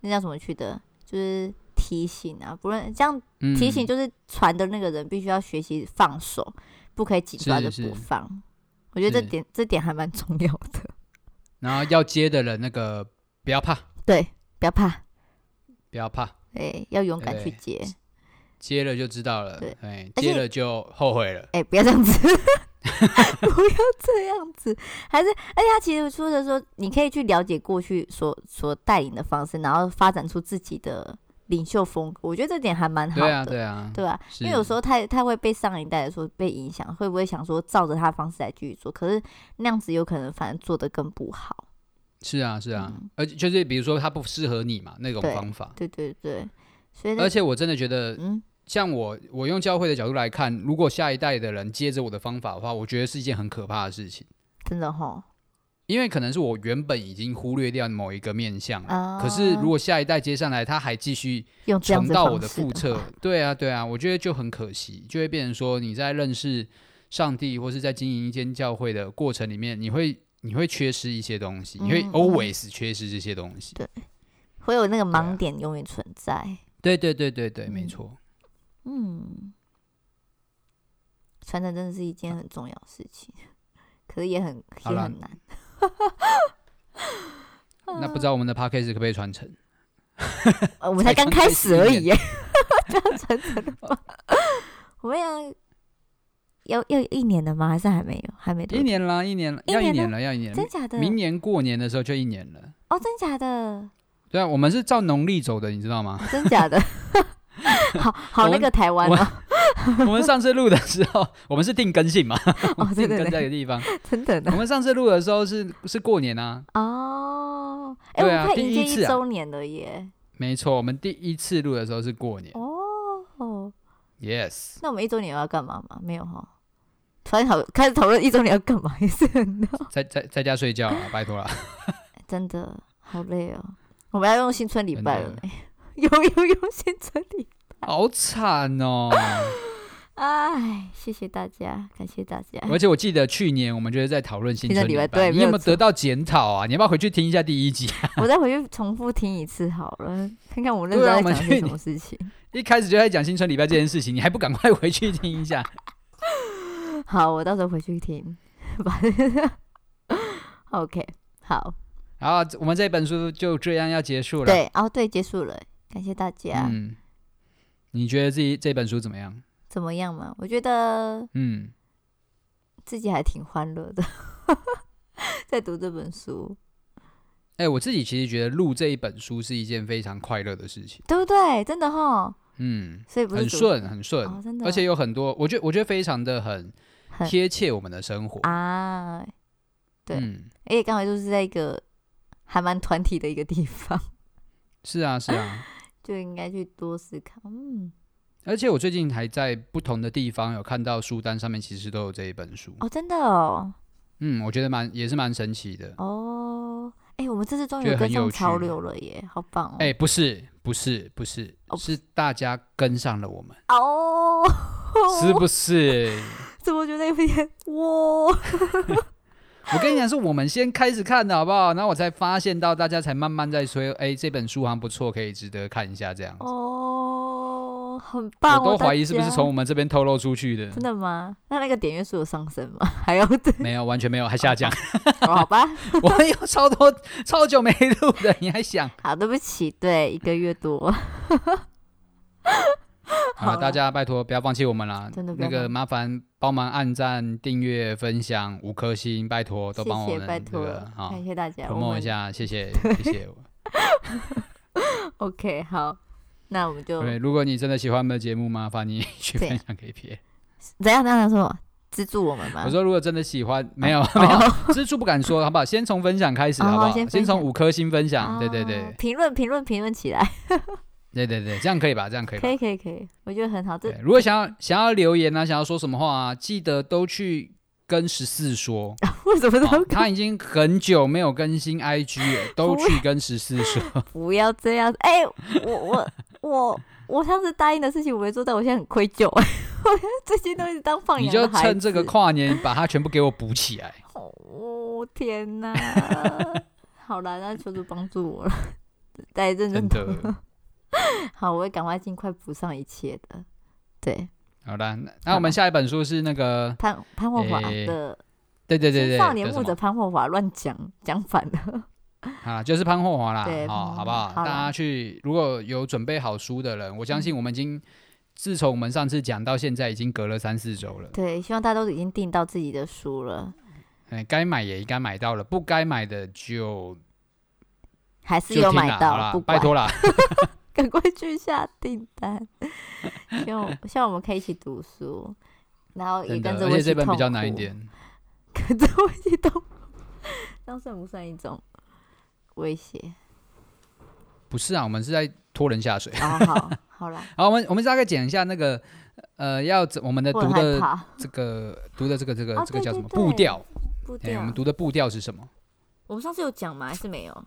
[SPEAKER 3] 那叫什么去的，就是提醒啊。不论这样
[SPEAKER 2] 嗯，
[SPEAKER 3] 提醒，就是传的那个人必须要学习放手，不可以紧抓着
[SPEAKER 2] 是
[SPEAKER 3] 不
[SPEAKER 2] 是
[SPEAKER 3] 放。我觉得
[SPEAKER 2] 是
[SPEAKER 3] 这点这点还蛮重要 的。
[SPEAKER 2] 然后要接的人那个不要怕，
[SPEAKER 3] 对，不要怕，
[SPEAKER 2] 不要怕，
[SPEAKER 3] 对，要勇敢去
[SPEAKER 2] 对
[SPEAKER 3] 接。
[SPEAKER 2] 接了就知道了
[SPEAKER 3] 对，
[SPEAKER 2] 哎，
[SPEAKER 3] 而
[SPEAKER 2] 接
[SPEAKER 3] 且
[SPEAKER 2] 了就后悔 了。
[SPEAKER 3] 哎、不要这样子，不要这样子，还是而且他其实说的说，你可以去了解过去所所带领的方式，然后发展出自己的领袖风格，我觉得这点还蛮好
[SPEAKER 2] 对啊，
[SPEAKER 3] 的，
[SPEAKER 2] 对啊，
[SPEAKER 3] 对吧？
[SPEAKER 2] 是
[SPEAKER 3] 因为有时候太太会被上一代所被影响，会不会想说照着他的方式来继续做？可是那样子有可能反而做得更不好。
[SPEAKER 2] 是啊，是啊
[SPEAKER 3] 嗯，
[SPEAKER 2] 而且就是比如说他不适合你嘛，那种
[SPEAKER 3] 对
[SPEAKER 2] 方法。
[SPEAKER 3] 对对对，所以那
[SPEAKER 2] 而且我真的觉得，
[SPEAKER 3] 嗯，
[SPEAKER 2] 像我，我用教会的角度来看，如果下一代的人接着我的方法的话，我觉得是一件很可怕的事情，
[SPEAKER 3] 真的吼，
[SPEAKER 2] 因为可能是我原本已经忽略掉某一个面向了。
[SPEAKER 3] 啊
[SPEAKER 2] 可是如果下一代接上来，他还继续
[SPEAKER 3] 用这样
[SPEAKER 2] 重
[SPEAKER 3] 子
[SPEAKER 2] 到
[SPEAKER 3] 方
[SPEAKER 2] 我的
[SPEAKER 3] 式
[SPEAKER 2] 覆
[SPEAKER 3] 的
[SPEAKER 2] 辙
[SPEAKER 3] 话，，
[SPEAKER 2] 对啊，对啊，我觉得就很可惜，就会变成说你在认识上帝或是在经营一间教会的过程里面，你会你会缺失一些东西，你会
[SPEAKER 3] 嗯嗯
[SPEAKER 2] always 缺失这些东西。
[SPEAKER 3] 会有那个
[SPEAKER 2] 啊
[SPEAKER 3] 盲点永远存在。
[SPEAKER 2] 对对对对对，没
[SPEAKER 3] 嗯
[SPEAKER 2] 错。
[SPEAKER 3] 嗯，传承真的是一件很重要的事情， 可是也很
[SPEAKER 2] 好
[SPEAKER 3] 也
[SPEAKER 2] 啦
[SPEAKER 3] 很难。
[SPEAKER 2] 那不知道我们的 podcast 可不可以传承？
[SPEAKER 3] 嗯呃，我们才
[SPEAKER 2] 才
[SPEAKER 3] 刚
[SPEAKER 2] 刚
[SPEAKER 3] 开
[SPEAKER 2] 开始
[SPEAKER 3] 始而
[SPEAKER 2] 一
[SPEAKER 3] 已耶， 不要传承了吧？ 我们要要要一年了吗？还是还没有？还没多
[SPEAKER 2] 一年啦，一年了，
[SPEAKER 3] 一
[SPEAKER 2] 要一
[SPEAKER 3] 年
[SPEAKER 2] 年
[SPEAKER 3] 了
[SPEAKER 2] 了，要一年
[SPEAKER 3] 久
[SPEAKER 2] 了
[SPEAKER 3] 真。假的？
[SPEAKER 2] 哎明年过年的时候就一年了。
[SPEAKER 3] 哦，真假的，
[SPEAKER 2] 对啊，我们是照农历走的，你知道吗？
[SPEAKER 3] 真假的， 好好
[SPEAKER 2] 我
[SPEAKER 3] 那
[SPEAKER 2] 们
[SPEAKER 3] 个台湾
[SPEAKER 2] 我
[SPEAKER 3] 哦，
[SPEAKER 2] 我们上次录的时候， 我们是定更信嘛，我们
[SPEAKER 3] 哦对
[SPEAKER 2] 定
[SPEAKER 3] 对
[SPEAKER 2] 更
[SPEAKER 3] 对
[SPEAKER 2] 在一个地方。
[SPEAKER 3] 真的
[SPEAKER 2] 我
[SPEAKER 3] 呢。
[SPEAKER 2] 们上次录的时候是是过年啊，
[SPEAKER 3] 哦，哎，我
[SPEAKER 2] 对啊
[SPEAKER 3] 们快
[SPEAKER 2] 第
[SPEAKER 3] 迎
[SPEAKER 2] 一
[SPEAKER 3] 接
[SPEAKER 2] 次
[SPEAKER 3] 一
[SPEAKER 2] 啊
[SPEAKER 3] 周年了耶！
[SPEAKER 2] 没错，我们第一次录的时候是过年。
[SPEAKER 3] 哦，
[SPEAKER 2] Yes，
[SPEAKER 3] 那我们一周年要干嘛吗？没有哈。突然讨开始讨论一周年要干嘛，也是很 闹，
[SPEAKER 2] 在在在家睡觉啊，拜托啦。
[SPEAKER 3] 真的好累哦。我们要用新春礼拜了
[SPEAKER 2] 真的
[SPEAKER 3] 没？ 有有用新春礼，
[SPEAKER 2] 好惨哦！
[SPEAKER 3] 哎，谢谢大家，感谢大 家。
[SPEAKER 2] 而且我记得去年我们就是在讨论新
[SPEAKER 3] 新的
[SPEAKER 2] 春
[SPEAKER 3] 礼拜
[SPEAKER 2] 拜，
[SPEAKER 3] 对
[SPEAKER 2] 你有
[SPEAKER 3] 没
[SPEAKER 2] 没
[SPEAKER 3] 有
[SPEAKER 2] 有
[SPEAKER 3] 错
[SPEAKER 2] 得到检讨啊？你要不要回去听一下第一集？
[SPEAKER 3] 我再回去重复听一次好了，看看我那时候
[SPEAKER 2] 对啊
[SPEAKER 3] 在
[SPEAKER 2] 我们
[SPEAKER 3] 讲
[SPEAKER 2] 去
[SPEAKER 3] 些什么事情。
[SPEAKER 2] 一开始就在讲新春礼拜这件事情，你还不赶快回去听一下？
[SPEAKER 3] 好，我到时候回去听。把 OK，好，
[SPEAKER 2] 好，我们这本书就这样要结束了。
[SPEAKER 3] 对，哦，对，结束了，感谢大家。
[SPEAKER 2] 嗯，你觉得自己这本书怎么样？
[SPEAKER 3] 怎么样嘛？我觉得
[SPEAKER 2] 嗯，
[SPEAKER 3] 自己还挺欢乐的， 在读这本书，
[SPEAKER 2] 哎、我自己其实觉得录这一本书是一件非常快乐的事情，
[SPEAKER 3] 对不对？真的哈，
[SPEAKER 2] 嗯，
[SPEAKER 3] 所以不是
[SPEAKER 2] 很
[SPEAKER 3] 读
[SPEAKER 2] 顺，很顺，
[SPEAKER 3] 哦，真的哦，
[SPEAKER 2] 而且有很多，我觉得我觉得非常的很
[SPEAKER 3] 很
[SPEAKER 2] 贴切我们的生活。
[SPEAKER 3] 啊，对
[SPEAKER 2] 嗯，
[SPEAKER 3] 而且刚好就是在一个还蛮团体的一个地方，
[SPEAKER 2] 是啊，是啊。
[SPEAKER 3] 就应该去多思考。嗯，
[SPEAKER 2] 而且我最近还在不同的地方有看到书单上面其实都有这一本书，
[SPEAKER 3] 哦，真的哦，
[SPEAKER 2] 嗯，我觉得蛮也是蛮神奇的。
[SPEAKER 3] 哦，哎，我们这次终
[SPEAKER 2] 觉
[SPEAKER 3] 于
[SPEAKER 2] 得
[SPEAKER 3] 跟
[SPEAKER 2] 很有
[SPEAKER 3] 上潮
[SPEAKER 2] 趣
[SPEAKER 3] 流了耶，好棒哦！
[SPEAKER 2] 哎、不是，不是，不是，
[SPEAKER 3] 哦不
[SPEAKER 2] 是大家跟上了我们，
[SPEAKER 3] 哦，
[SPEAKER 2] 是不是？
[SPEAKER 3] 怎么觉得有点哇？
[SPEAKER 2] 我跟你讲，是我们先开始看的好不好？然后我才发现到，大家才慢慢在说，哎、这本书好像不错，可以值得看一下这样子。
[SPEAKER 3] 哦，很棒、哦！
[SPEAKER 2] 我都怀疑是不
[SPEAKER 3] 大
[SPEAKER 2] 是
[SPEAKER 3] 家
[SPEAKER 2] 从我们这边透露出去的
[SPEAKER 3] 真，的吗？那那个点阅数有上升 吗？还有 对，
[SPEAKER 2] 没有，完全没有，还 下降。
[SPEAKER 3] 哦好吧，
[SPEAKER 2] 我们有超多超久没录的，你还想？
[SPEAKER 3] 好，对不起，对，一个月 多，
[SPEAKER 2] 好
[SPEAKER 3] 好
[SPEAKER 2] 了，大家拜托不要放弃我们啦！
[SPEAKER 3] 真的不
[SPEAKER 2] 那
[SPEAKER 3] 要
[SPEAKER 2] 个
[SPEAKER 3] 放
[SPEAKER 2] 麻烦帮忙按赞、订阅、分享五颗星，拜托都
[SPEAKER 3] 谢
[SPEAKER 2] 帮我
[SPEAKER 3] 谢，拜
[SPEAKER 2] 们这
[SPEAKER 3] 托
[SPEAKER 2] 个，好
[SPEAKER 3] 感谢大家，我
[SPEAKER 2] promo
[SPEAKER 3] 们
[SPEAKER 2] 一下，谢谢谢 谢。
[SPEAKER 3] OK，好，那我们就
[SPEAKER 2] 对，如果你真的喜欢我们的节目，麻烦你 去
[SPEAKER 3] 对
[SPEAKER 2] 分享给别人。
[SPEAKER 3] 怎样怎样说资助我们吗？
[SPEAKER 2] 我说，如果真的喜欢，没有没 有，蜘蛛不敢说，好不好？先从分享开始，
[SPEAKER 3] 哦
[SPEAKER 2] 好不好
[SPEAKER 3] 先？分
[SPEAKER 2] 先从
[SPEAKER 3] 享
[SPEAKER 2] 五颗星分享，
[SPEAKER 3] 啊，
[SPEAKER 2] 对对对
[SPEAKER 3] 评论评论评论起来，
[SPEAKER 2] 对对对，这样可以吧？这样可以吧
[SPEAKER 3] 可？以可以可以，我觉得很好，这
[SPEAKER 2] 对，如果想要想要留言啊，想要说什么话啊，记得都去跟十四 说。
[SPEAKER 3] 为什么
[SPEAKER 2] 哦
[SPEAKER 3] 都
[SPEAKER 2] 他已经很久没有更新 IG 了，都去跟十四说。
[SPEAKER 3] 不要这样？哎，我我我我上次答应的事情我没做到，我现在很愧疚， 我最近都一直当放
[SPEAKER 2] 你
[SPEAKER 3] 羊
[SPEAKER 2] 就
[SPEAKER 3] 的孩子。
[SPEAKER 2] 趁这个跨年把它全部给我补起来。
[SPEAKER 3] 哦天哪！ 好啦，那求主帮助我了，再认真
[SPEAKER 2] 真
[SPEAKER 3] 的。
[SPEAKER 2] 的。
[SPEAKER 3] 好，我会赶快尽快补上一切的。对，
[SPEAKER 2] 好啦，那那我们下一本书是那个，
[SPEAKER 3] 潘潘霍华
[SPEAKER 2] 诶
[SPEAKER 3] 的
[SPEAKER 2] 对对对
[SPEAKER 3] 青
[SPEAKER 2] 对，
[SPEAKER 3] 少年
[SPEAKER 2] 叫什
[SPEAKER 3] 牧者
[SPEAKER 2] 么
[SPEAKER 3] 潘霍华乱讲讲反了，
[SPEAKER 2] 啊，就是潘霍华啦，
[SPEAKER 3] 对潘
[SPEAKER 2] 哦
[SPEAKER 3] 霍，华
[SPEAKER 2] 好不好？
[SPEAKER 3] 好
[SPEAKER 2] 大
[SPEAKER 3] 啦嗯
[SPEAKER 2] 家去如果有准备好书的人，我相信我们已经自从我们上次讲到现在，已经隔了三四周了。
[SPEAKER 3] 对，希望大家都已经订到自己的书了，
[SPEAKER 2] 哎，该买也应该买到了，不该买的就
[SPEAKER 3] 还是
[SPEAKER 2] 就
[SPEAKER 3] 有
[SPEAKER 2] 听啦
[SPEAKER 3] 买
[SPEAKER 2] 好
[SPEAKER 3] 到，
[SPEAKER 2] 啦
[SPEAKER 3] 不
[SPEAKER 2] 拜
[SPEAKER 3] 管，
[SPEAKER 2] 托啦。
[SPEAKER 3] 赶快去下订单。希望希望我们可以一起读书，然 后也
[SPEAKER 2] 真的
[SPEAKER 3] 跟，着
[SPEAKER 2] 而
[SPEAKER 3] 我一
[SPEAKER 2] 且
[SPEAKER 3] 起
[SPEAKER 2] 这本
[SPEAKER 3] 痛
[SPEAKER 2] 比较
[SPEAKER 3] 苦
[SPEAKER 2] 难一，点。
[SPEAKER 3] 跟着我一起痛苦，这样算不算一种威胁？
[SPEAKER 2] 不是啊，我们是在拖人下水。
[SPEAKER 3] 哦，好，好啦，
[SPEAKER 2] 好，我们我们大概讲一下那个， 呃，要怎我们的
[SPEAKER 3] 我很
[SPEAKER 2] 读
[SPEAKER 3] 害
[SPEAKER 2] 的
[SPEAKER 3] 怕
[SPEAKER 2] 这个读的这个这个
[SPEAKER 3] 哦
[SPEAKER 2] 这个
[SPEAKER 3] 对
[SPEAKER 2] 叫
[SPEAKER 3] 对
[SPEAKER 2] 什么
[SPEAKER 3] 对
[SPEAKER 2] 步调？
[SPEAKER 3] 步
[SPEAKER 2] 哎，
[SPEAKER 3] 调
[SPEAKER 2] 我们。读的步调是什么？
[SPEAKER 3] 我们上次有讲吗？还是没有？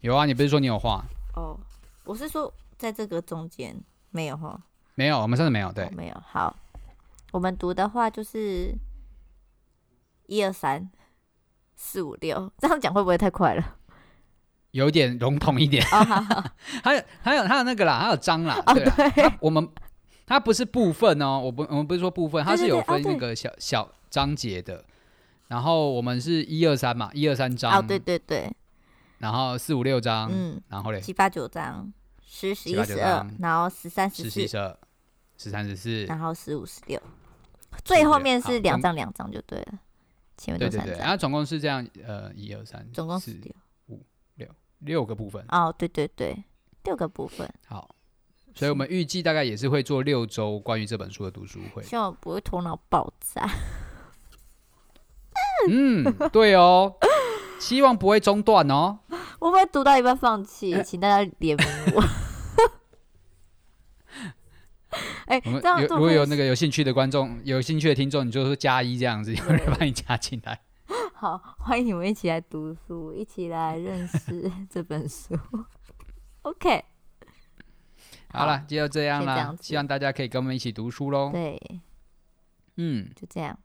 [SPEAKER 2] 有啊，你不是说你有画？
[SPEAKER 3] 哦，我是说在这个中间没有哈，
[SPEAKER 2] 没有，我们上次没有。对
[SPEAKER 3] 哦，没有。好，我们读的话就是一二三四五六，这样讲会不会太快了？
[SPEAKER 2] 有一点笼统一点。
[SPEAKER 3] 哦，好好，
[SPEAKER 2] 还有还有还有那个啦，还有章啦，
[SPEAKER 3] 哦
[SPEAKER 2] 对啊啦，
[SPEAKER 3] 对，
[SPEAKER 2] 我们它不是部分哦，我不我们不是说部分，它
[SPEAKER 3] 对
[SPEAKER 2] 是
[SPEAKER 3] 对
[SPEAKER 2] 有
[SPEAKER 3] 对哦
[SPEAKER 2] 分那
[SPEAKER 3] 对
[SPEAKER 2] 个小小章节的。然后我们是一二三嘛，一二三章，
[SPEAKER 3] 哦对对对，
[SPEAKER 2] 然后四五六章，
[SPEAKER 3] 嗯，
[SPEAKER 2] 然后嘞，
[SPEAKER 3] 七八九章，十十
[SPEAKER 2] 七八
[SPEAKER 3] 一
[SPEAKER 2] 九
[SPEAKER 3] 十二
[SPEAKER 2] 章，
[SPEAKER 3] 然后十三
[SPEAKER 2] 十
[SPEAKER 3] 十
[SPEAKER 2] 四、
[SPEAKER 3] 四，
[SPEAKER 2] 十二、十三、十四，
[SPEAKER 3] 然后十五十六，最后面
[SPEAKER 2] 好
[SPEAKER 3] 是两
[SPEAKER 2] 总
[SPEAKER 3] 张两张就对了，前面
[SPEAKER 2] 对
[SPEAKER 3] 都
[SPEAKER 2] 对
[SPEAKER 3] 三
[SPEAKER 2] 对，啊
[SPEAKER 3] 张，
[SPEAKER 2] 然后总共是这样，呃，一二三，
[SPEAKER 3] 总共
[SPEAKER 2] 四
[SPEAKER 3] 十六。
[SPEAKER 2] 六个部分。
[SPEAKER 3] 哦，对对对，六个部分，
[SPEAKER 2] 好，所以我们预计大概也是会做六周关于这本书的读书会。
[SPEAKER 3] 希望我不会头脑爆炸。
[SPEAKER 2] 嗯，对 哦，希望不会中断哦。
[SPEAKER 3] 我会读到一半放
[SPEAKER 2] 呃
[SPEAKER 3] 弃，请大家 怜悯我。哎、
[SPEAKER 2] 我们
[SPEAKER 3] 这样
[SPEAKER 2] 有
[SPEAKER 3] 做
[SPEAKER 2] 如果
[SPEAKER 3] 会
[SPEAKER 2] 有那个有兴趣的观众、有兴趣的听众，你就说加一这样子，有人帮你加进来。
[SPEAKER 3] 好，欢迎你们一起来读书，一起来认识 这本书。OK，
[SPEAKER 2] 好了，就这样
[SPEAKER 3] 先这
[SPEAKER 2] 啦
[SPEAKER 3] 样，子
[SPEAKER 2] 希望大家可以跟我们一起读书喽。
[SPEAKER 3] 对，
[SPEAKER 2] 嗯，
[SPEAKER 3] 就这样，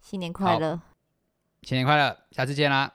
[SPEAKER 3] 新年快
[SPEAKER 2] 好
[SPEAKER 3] 乐。
[SPEAKER 2] 新年快乐，下次见啦，